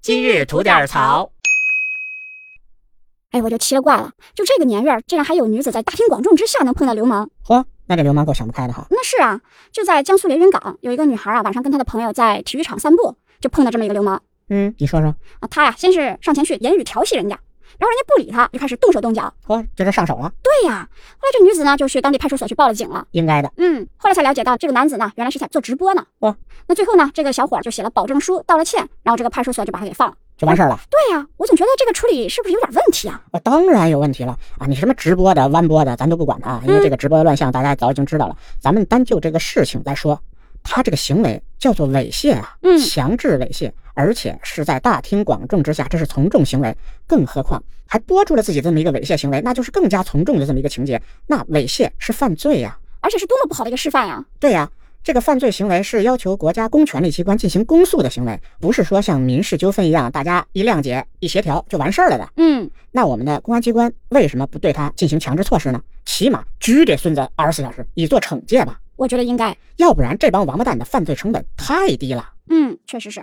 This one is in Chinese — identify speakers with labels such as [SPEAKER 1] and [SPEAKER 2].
[SPEAKER 1] 今日吐点槽。
[SPEAKER 2] 哎，我就奇了怪了，就这个年月，竟然还有女子在大庭广众之下能碰到流氓。
[SPEAKER 1] 嚯，那这流氓够想不开的哈。
[SPEAKER 2] 那是啊，就在江苏连云港，有一个女孩啊，晚上跟她的朋友在体育场散步，就碰到这么一个流氓
[SPEAKER 1] 嗯，你说说。
[SPEAKER 2] 啊。她呀、先是上前去言语调戏人家，然后人家不理她，就开始动手动脚。
[SPEAKER 1] 嚯，这是上手了，
[SPEAKER 2] 对呀、后来这女子呢就去当地派出所去报了警了。
[SPEAKER 1] 应该的。
[SPEAKER 2] 嗯，后来才了解到这个男子呢，原来是在做直播呢。
[SPEAKER 1] 哇，
[SPEAKER 2] 那最后呢，这个小伙儿就写了保证书，道了歉，然后这个派出所就把他给放了。
[SPEAKER 1] 就完事儿了。
[SPEAKER 2] 对呀、我总觉得这个处理是不是有点问题啊？
[SPEAKER 1] 我当然有问题了啊！你什么直播的、弯播的，咱都不管它，因为这个直播乱象大家早已经知道了。咱们单就这个事情来说，他这个行为叫做猥亵啊，
[SPEAKER 2] 嗯
[SPEAKER 1] 强制猥亵，而且是在大庭广众之下，这是从众行为。更何况还播出了自己这么一个猥亵行为，那就是更加从众的这么一个情节。那猥亵是犯罪呀、
[SPEAKER 2] 而且是多么不好的一个示范呀、
[SPEAKER 1] 对呀、这个犯罪行为是要求国家公权力机关进行公诉的行为，不是说像民事纠纷一样，大家一谅解、一协调就完事儿了的。
[SPEAKER 2] 嗯，
[SPEAKER 1] 那我们的公安机关为什么不对他进行强制措施呢？起码拘这孙子二十四小时，以作惩戒吧。
[SPEAKER 2] 我觉得应该。
[SPEAKER 1] 要不然这帮王八蛋的犯罪成本太低了。
[SPEAKER 2] 嗯，确实是。